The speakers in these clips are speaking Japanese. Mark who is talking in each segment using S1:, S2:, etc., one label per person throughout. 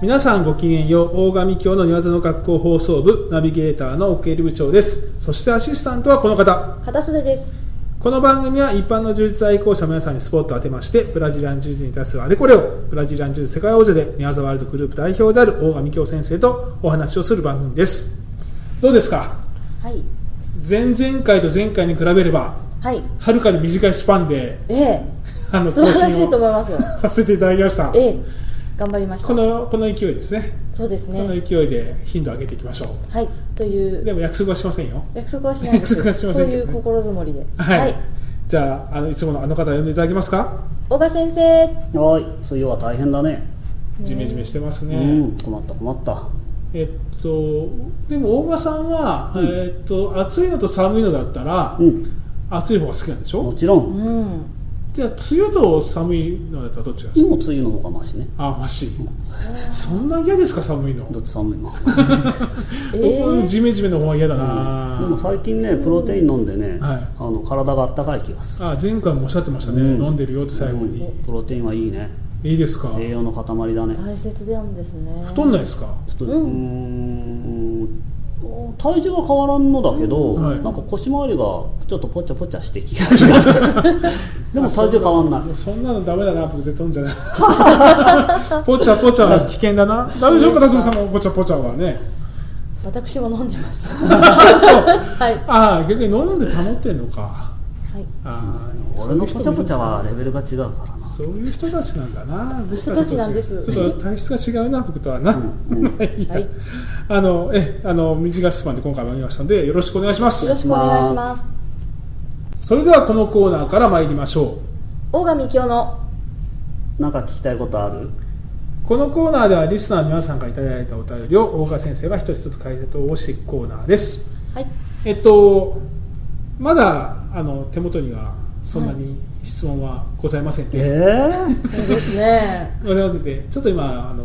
S1: 皆さんごきげんよう大神教の庭津の学校放送部ナビゲーターの奥入部長ですそしてアシスタントはこの方
S2: 片袖です
S1: この番組は一般の柔術愛好者の皆さんにスポットを当てましてブラジリアン柔術に対するあれこれをブラジリアン柔術世界王者で宮沢ワールドグループ代表である大神教先生とお話をする番組ですどうですか
S2: はい
S1: 前々回と前回に比べれば
S2: はい
S1: はるかに短いスパンで
S2: ええ
S1: あの
S2: 素晴らしいと
S1: 更
S2: 思いますよ
S1: 新をさせていただきました
S2: ええ頑張りました
S1: このこの勢いですね
S2: そうです
S1: こ
S2: ね
S1: の勢いで頻度上げていきましょ
S2: はいというう
S1: でも約束はしませんよ
S2: 約束はしないです
S1: 約束はしませんけどね
S2: そういう心づもりでは
S1: はい、じゃああのいつものあの方呼んでいただけますか
S2: 小賀先生
S3: はい、そう要は大変だね。
S1: ジメジメしてますね、
S3: うん、困った困った。
S1: えっとでも大賀さんは、
S3: うん
S1: えっと暑いのと寒いのだったら、
S3: うん、
S1: 暑い方が好きなんでしょ
S3: もちろん、も
S2: うん
S1: じゃあ梅雨と寒いのだったらどっちが好き、
S3: う梅雨の方がマシね。
S1: あマジそんな嫌ですか寒いの
S3: だって寒いもん。
S2: え
S1: 僕
S2: え
S1: ジメジメの方が嫌だ
S3: でも
S1: な、
S3: 最近ね、プロテイン飲んでね、
S1: はい
S3: あの体が暖かい気がする。
S1: あ前回もおっしゃってましたね、
S3: うん
S1: 飲んでるよって最後に、
S3: うんプロテインはいいね。
S1: いいですか
S3: 栄養の塊だね。
S2: 大切なんですね
S1: 太んないですか
S3: ちょっと、う
S2: う
S3: ーん。体重が変わらんのだけど、
S1: うんはい
S3: なんか腰回りがちょっとぽちゃぽちゃしてきた気がする でも体重変わんない
S1: もうそんなのダメだな僕絶対飲んじゃない ポチャポチャは危険だなダメでしょ片添さんもポチャポチャはね
S2: 私も飲んでます
S1: そう
S2: はいは
S1: ああ逆に飲んで保ってんのかああ
S3: 俺のぽちゃぽちゃ
S1: は
S3: はレベルが違うからな
S1: そういう人たちなんだな僕
S2: 人たちなんです
S1: ちょっと体質が違うな僕とはな、
S3: うん
S1: いや
S2: はい
S1: あのえあの短いスパンで今回もありましたのでよろしくお願いしま
S2: いよろ
S1: す
S2: しくお願いします
S1: それではこのコーナーから参りましょう
S2: 大神教の
S3: なんか聞きたいことある
S1: このコーナーではリスナーの皆さんからいただいたお便りを大川先生が一つ一つ解説をしていくコーナーです
S2: はい
S1: えっと、まだあの手元にはそんなに質問はございませんで、
S3: え
S2: そうですね
S1: ございませんで、ちょっと今あの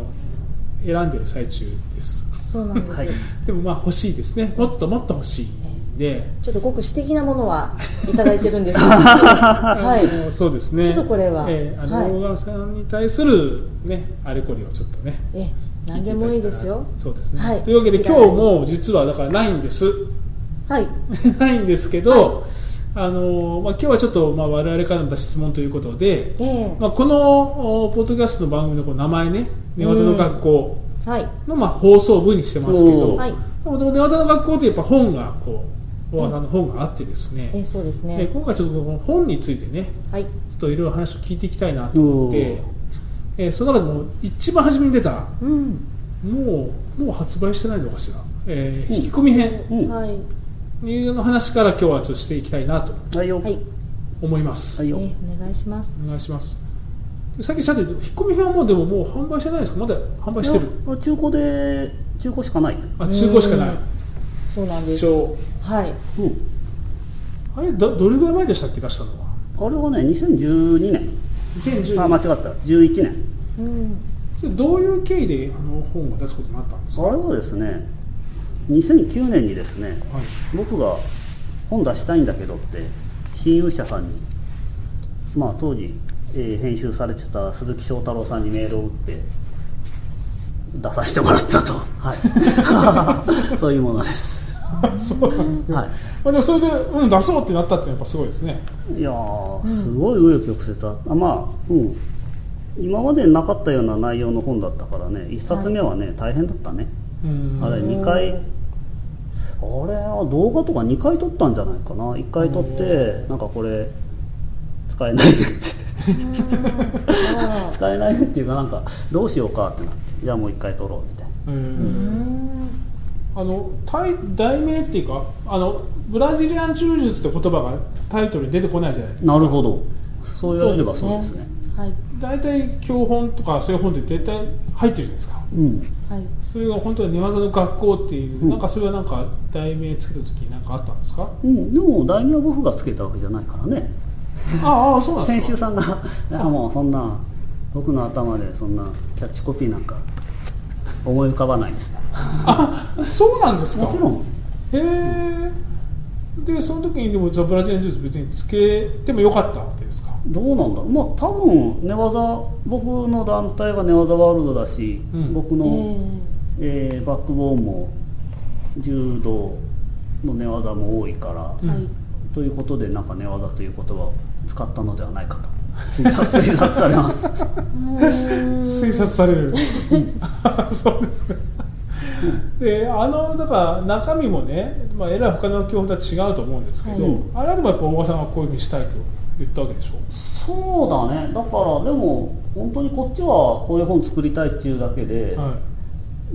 S1: 選んでる最中です。
S2: そうなんです、
S3: はい
S1: でもまあ欲しいですね。もっともっと欲しいんで、
S2: ちょっとごく私的なものはいただいてるんです はい
S1: あのそうですね。
S2: ちょっとこれは
S1: えーあの、
S2: はい
S1: 大川さんに対するねあれこれをちょっとね。
S2: え何でもいいですよ
S1: 聞てただたらそうですね。
S2: はい
S1: というわけで
S2: 好き
S1: 今
S2: だ
S1: 日も実はだからないんです。
S2: はい
S1: ないんですけど、あのまあ今日はちょっとまあ我々からの質問ということで。
S2: ええ
S1: まあ、このおポッドキャストの番組のこう名前ね「寝技の学校
S2: はい
S1: の」まあ、放送部にしてますけど
S3: おー
S2: はい
S1: もともと「寝技の学校」ってやっぱ本がこう大和さんの本があってですね、
S2: えーそうです
S1: え
S2: ね。
S1: 今回ちょっとこの本についてね
S2: はい。
S1: ちょっといろいろ話を聞いていきたいなと思って
S3: おー、
S1: えーその中でも一番初めに出た
S2: うん。
S1: もうもう発売してないのかしら、えー引き込み編
S3: うん、は
S2: はい。
S1: の話から今日はちょっとしていきたいなと
S3: いよ、
S2: は
S3: はいい、。
S1: 思います、
S2: え
S3: よ、
S2: ーお願いします。
S1: お願いしますでさっきちゃんと言った引っ込み編はもうでももう販売してないですかまだ販売してる
S3: いや中古で中古しかない、
S1: あ中古しかない
S2: そうなんです。
S1: 一
S2: はい。
S3: うん、
S1: あれどどれぐらい前でしたっけ出したのは
S3: あれはね2012年
S1: 2010
S3: あ間違った11年
S2: うん。
S1: それどういう経緯であの本を出すことになったんですか、
S3: あれはですね2009年にですね
S1: はい、
S3: 僕が本出したいんだけどって親友者さんにまあ当時、えー編集されてた鈴木翔太郎さんにメールを打って出させてもらったと、 はい、そういうものです、
S1: そうなんですね、
S3: はい
S1: まあ、 でもそれで、うん、出そうってなったっていうのはやっぱすごいですね
S3: いやーすごい紆余曲折ああまあうん今までなかったような内容の本だったからね一冊目はね、大変だったね
S1: うん
S3: あれ2回あれは動画とか2回撮ったんじゃないかな1回撮ってなんかこれ使えない ねって
S2: あ
S3: 使えないねっていうかなんかどうしようかってなってじゃあもう1回撮ろうみたいな
S1: う
S2: ーうんん。
S1: あの題題名っていうかあのブラジリアン柔術って言葉がタイトルに出てこないじゃない
S3: なるほどそう言われればそうですね
S2: はい。
S1: 大体教本とかそういう本って絶対入ってるじゃないですか
S3: うん
S2: はい。
S1: それが本当に寝技の学校っていう、
S3: うん
S1: なんかそれはなんか題名つけた時に何かあったんですか
S3: うん、でも大名僕がつけたわけじゃないからね
S1: ああそうなんで
S3: 先
S1: す
S3: 週
S1: か
S3: さんが「い やもうそんな僕の頭でそんなキャッチコピーなんか思い浮かばないんですよ
S1: そうなんですか
S3: もちろん
S1: へえでその時にでもじゃあブラジルのジュース別につけてもよかったわけですか
S3: どうなんだろうまあ多分寝技僕の団体が寝技ワールドだし、
S1: うん
S3: 僕
S2: え
S3: の、
S2: ー
S3: えーバックボーンも柔道の寝技も多いから、
S1: うん
S2: はい。
S3: ということでなんか寝技という言葉を使ったのではないかと推察推察さ れます
S1: 推察される そうですかであのだから中身もね、まあ、えらい他の競歩とは違うと思うんですけど、
S3: はい
S1: あれでもやっぱ大川さんがこういうふうにしたいと言ったわけでしょ
S3: そうだねだからでも本当にこっちはこういう本作りたいっていうだけで、
S1: は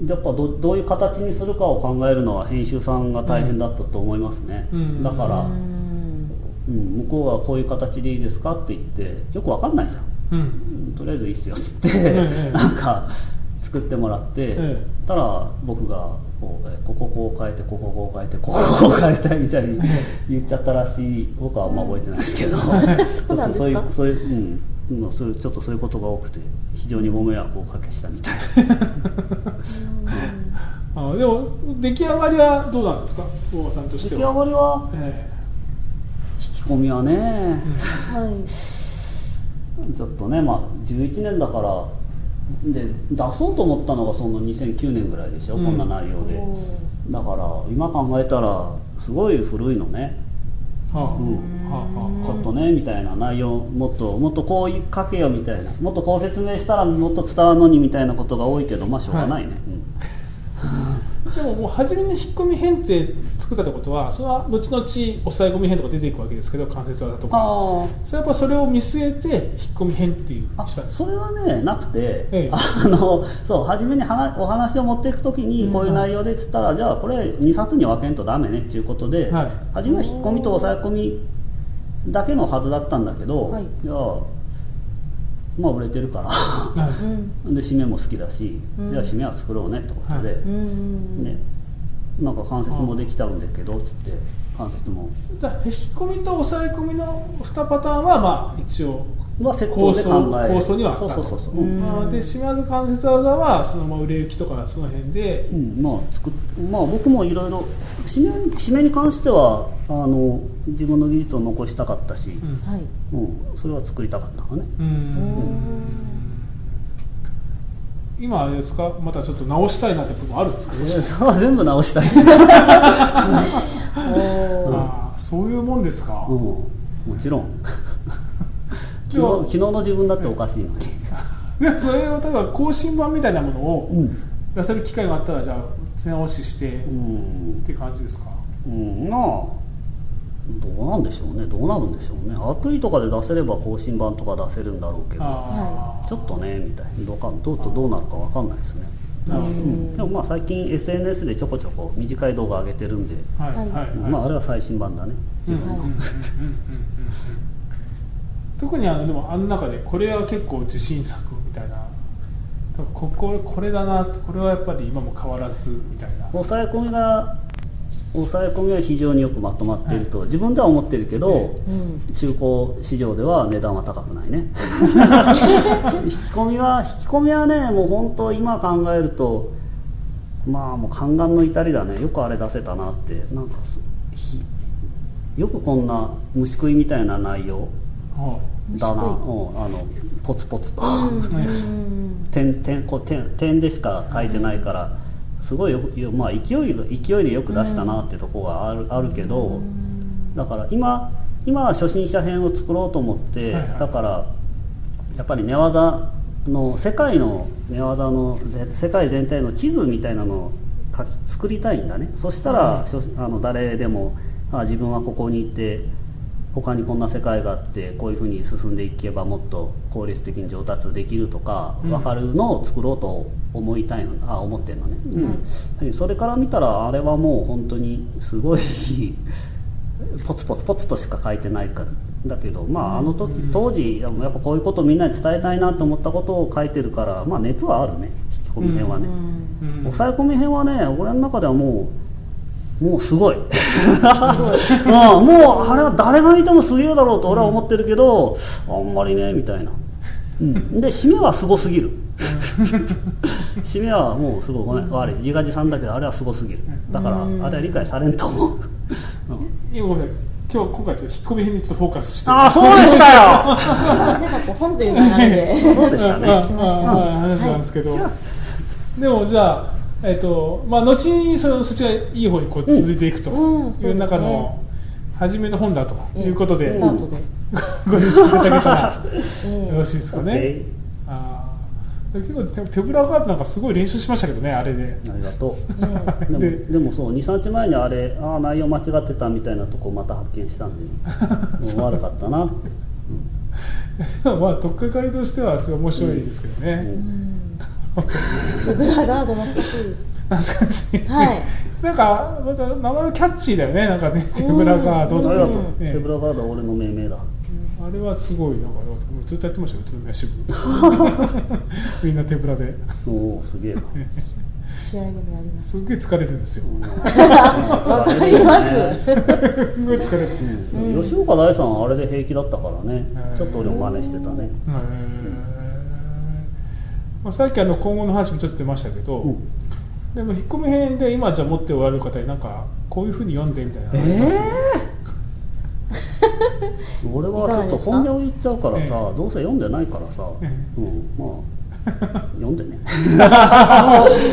S3: やっぱどどういう形にするかを考えるのは編集さんが大変だったと思いますね、
S1: うん
S3: だから、
S2: うー
S3: うん
S2: ん
S3: 向こうがこういう形でいいですかって言ってよくわかんないじゃん、
S1: い、う、
S3: うんんとりあえずいいっすよっつって、
S1: ええ
S3: なんか作ってもらって、
S1: え
S3: たら僕がこうえこここう変えてこここう変えてこここう変えたいみたいに言っちゃったらしい僕はあんま覚えてないですけど、
S2: そうなんですか
S3: そういうそういううんうんそういうちょっとそういうことが多くて非常にご迷惑をおかけしたみたいな。
S1: あでも出来上がりはどうなんですか大川さんとし
S3: 出
S1: て
S3: 来
S1: は
S3: 上がりは
S1: え
S3: 引き込みはね
S1: え、うん
S2: はい。
S3: ちょっとねまあ11年だからで出そうと思ったのがその2009年ぐらいでしょ、
S1: うん
S3: こんな内容で
S2: おー
S3: だから今考えたらすごい古いのね
S1: はあ
S3: うん
S1: はあはあ
S3: ちょっとねみたいな内容もっともっとこう書けよみたいなもっとこう説明したらもっと伝わるのにみたいなことが多いけどまあしょうがないね、
S1: でももう初めに引っ込み編って作ったってことはそれは後々抑え込み編とか出ていくわけですけど関節技とか
S3: あ
S1: それはやっぱそれを見据えて引っ込み編っていう
S3: あ
S1: したんです
S3: それはねなくて、
S1: ええ
S3: あのそう初めに話お話を持っていくとき
S2: う
S3: に
S2: ん
S3: こういう内容でっつったら、じゃあこれ2冊に分けんとダメねっていうことで、
S1: はい
S3: 初めは引っ込みと押さえ込みだけのはずだったんだけど、
S2: はい
S3: じゃあまあ売れてるから
S1: はい
S2: うん
S3: で締めも好きだし、
S2: うん
S3: じゃあ締めは作ろうねってことで、
S1: はいう
S2: ーん。
S3: ね、なんか関節もできちゃうんだけどっつって関節も
S1: だから引き込みと抑え込みの2パターンはまあ一応
S3: はセッ
S1: 構
S3: トで
S1: 想
S3: 考える
S1: 構想にはあった
S3: そ
S1: と
S3: うそうそうそう、
S2: う
S3: うん
S2: ん
S1: あーで島津関節技はそのまま売れ行きとかその辺で
S3: うん、まあ作っまあ僕もいろいろ締め締めに関してはあの自分の技術を残したかったし、
S1: うん
S2: はい。
S3: うんそれは作りたかったのね
S1: う
S2: うー
S1: ん
S2: ん
S1: 今あれですかまたちょっと直したいなって部分あるんですか
S3: そ
S1: そ
S3: れ
S1: して
S3: は全部直したいです、うん、
S2: おー
S1: あーそういうもんですか、
S3: もちろん昨日
S1: でも
S3: 昨日の自分だっておかしいのに、
S1: でそれを例えば更新版みたいなものを
S3: うん
S1: 出せる機会があったらじゃあ手直ししてっ
S3: うん
S1: て感じですか、
S3: うん、まあどうなんでしょうねどうなるんでしょうね悪意とかで出せれば更新版とか出せるんだろうけど
S1: あ
S3: ちょっとねみたいなどうかどうとどうなるかわかんないですね、
S1: あなるほ
S2: う
S1: ど
S2: ん
S3: でもまあ最近 SNS でちょこちょこ短い動画上げてるんで、
S1: はいはいはい、
S3: まああれは最新版だね
S1: うんうんうんうんうんうんうん特にあのでもあの中でこれは結構自信作みたいな多分こここれだなこれはやっぱり今も変わらずみたいな
S3: 抑え込みが抑え込みは非常によくまとまっていると自分では思ってるけど、
S2: うん。
S3: 中古市場では値段は高く ないね引き込みは引き込みはねもう本当今考えるとまあもう宦官の至りだねよくあれ出せたなってなんかそひよくこんな虫食いみたいな内容
S1: は
S3: だな、う
S2: 虫食
S3: んあのポツポツと
S2: うん
S1: ね
S2: うん
S3: 点点こう点点でしか書いてないからすごいよよまあ、勢いが勢いでよく出したなってとこがある,、あるけどだから今今は初心者編を作ろうと思って、
S1: はいはい
S3: だからやっぱり寝技の世界の寝技のぜ世界全体の地図みたいなのを書き作りたいんだねそしたら、初あの誰でもあ自分はここにいて他にこんな世界があってこういうふうに進んでいけばもっと効率的に上達できるとか
S1: うん
S3: 分かるのを作ろうと思いたいの、あ思ってるのね、うん、それから見たらあれはもう本当にすごいポツポツポツとしか書いてないからだけどまああの時、
S1: うん
S3: 当時やっぱこういうことをみんなに伝えたいなと思ったことを書いてるからまあ熱はあるね引き込み編は
S2: う
S3: ね、
S2: ん。
S1: い、うん
S3: 抑え込み編はね俺の中ではもうもうすごい うんもうあれは誰が見てもすげえだろうと俺は思ってるけど、あんまりねみたいな、うん、で締めはすごすぎる 締めはもうすごいごめん悪い自画自賛だけどあれはすごすぎるだからあれは理解されんと思う、うん
S1: 今ごめんなさい今日今回ちょっと引っ込み編にちょっとフォーカスして
S3: ああそうでした よ
S2: なんかこう本という流れで
S3: そうでしたね
S1: ああ
S2: 来ましたね
S1: ああ話なんですけど、でもじゃあえっ、とまあ後にそのそちらいい方にこう続いていくと
S2: うんうんそう
S1: いう
S2: ですね
S1: 中の初めの本だと いうことで、
S2: スタートで、
S1: ご認識いただけた ら
S2: ええ
S1: よろしいですかね。
S3: OK
S1: ああ結構手手ぶらがなんかすごい練習しましたけどねあれで。
S3: ありがとう
S2: ええ
S3: でも
S1: で
S3: でもそう23日前にあれああ内容間違ってたみたいなとこまた発見し たんでもう悪かったな
S1: まあ特化会としてはすごい面白いですけどね。
S2: 手ぶらガード懐かしいです。
S1: 懐かしい、
S2: はい
S1: なんかまた名前もキャッチーだよねなんかね手ぶらガード
S3: あ
S1: っ
S3: り
S1: て
S2: ん
S3: がと
S1: ね
S3: う手ぶらガードは俺の命名 だ
S1: あれはすごいなんかずっとやってましたよ宇都宮 支部みんな手ぶらで
S3: おおすげえ な
S2: 試合でもやります。
S1: すっげえ疲れるんですよ
S2: わかります。
S1: すんごい疲れ る、
S3: うん吉岡大さんはあれで平気だったからね
S1: うん
S3: ちょっと俺も真似してたね
S1: へーまあ、さっきあの今後の話もちょっと出ましたけど、
S3: うん
S1: でも引っ込み編で今じゃあ持っておられる方になんかこういうふうに読んでみたいなのあり
S3: え
S1: ます、
S3: え 俺はちょっと本音を言っちゃうから
S1: いか
S3: さ
S1: が
S3: どうせ読んでないからさ、
S1: え
S3: うん、ま あ読んでね
S2: お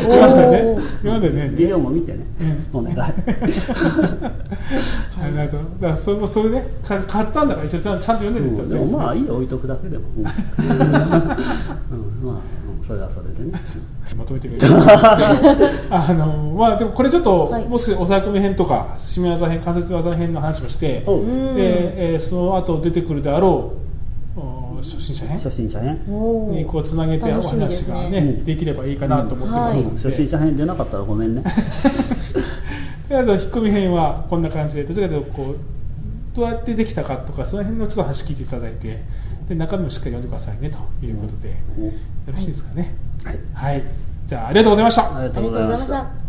S1: 読んでね
S2: お。
S1: 読んでね
S3: ビデオも見てね、お願い
S1: ありがとう。だからそれもそれね、か買ったんだから一応ちゃんちゃんと読んでるって
S3: う
S1: 言
S3: ん
S1: った
S3: で
S1: ら
S3: も
S1: 全部
S3: まあいいよ置いとくだけでも、うんうんまあうんそれはそれでね
S1: まとめてくれるんですけど あのまあでもこれちょっと、
S2: はい
S1: もう少し抑え込み編とか締め技編関節技編の話もして、
S3: おう
S1: でえーその後出てくるであろうお初心者編
S3: 初心者編、
S2: お
S1: にこうつなげてお
S2: 楽しみで
S1: 話
S2: すね
S1: がね
S3: うん
S1: できればいいかなと思ってま
S2: はい
S1: す
S3: うん
S1: ので、
S3: 初心者編出なかったらごめ んね
S1: とりあえず引っ込み編はこんな感じでどちらかというとこうどうやってできたかとかその辺のちょっと話聞いていただいてで中身もしっかり読んでくださいねということで、よ
S3: お
S1: ろしいですかね
S3: はい
S1: はい、じゃあありがとうございました
S3: あ
S2: あ
S3: りがと
S2: り
S3: う
S2: がとう
S3: ござい
S2: ござい
S3: ま
S2: ま
S3: し
S2: したた。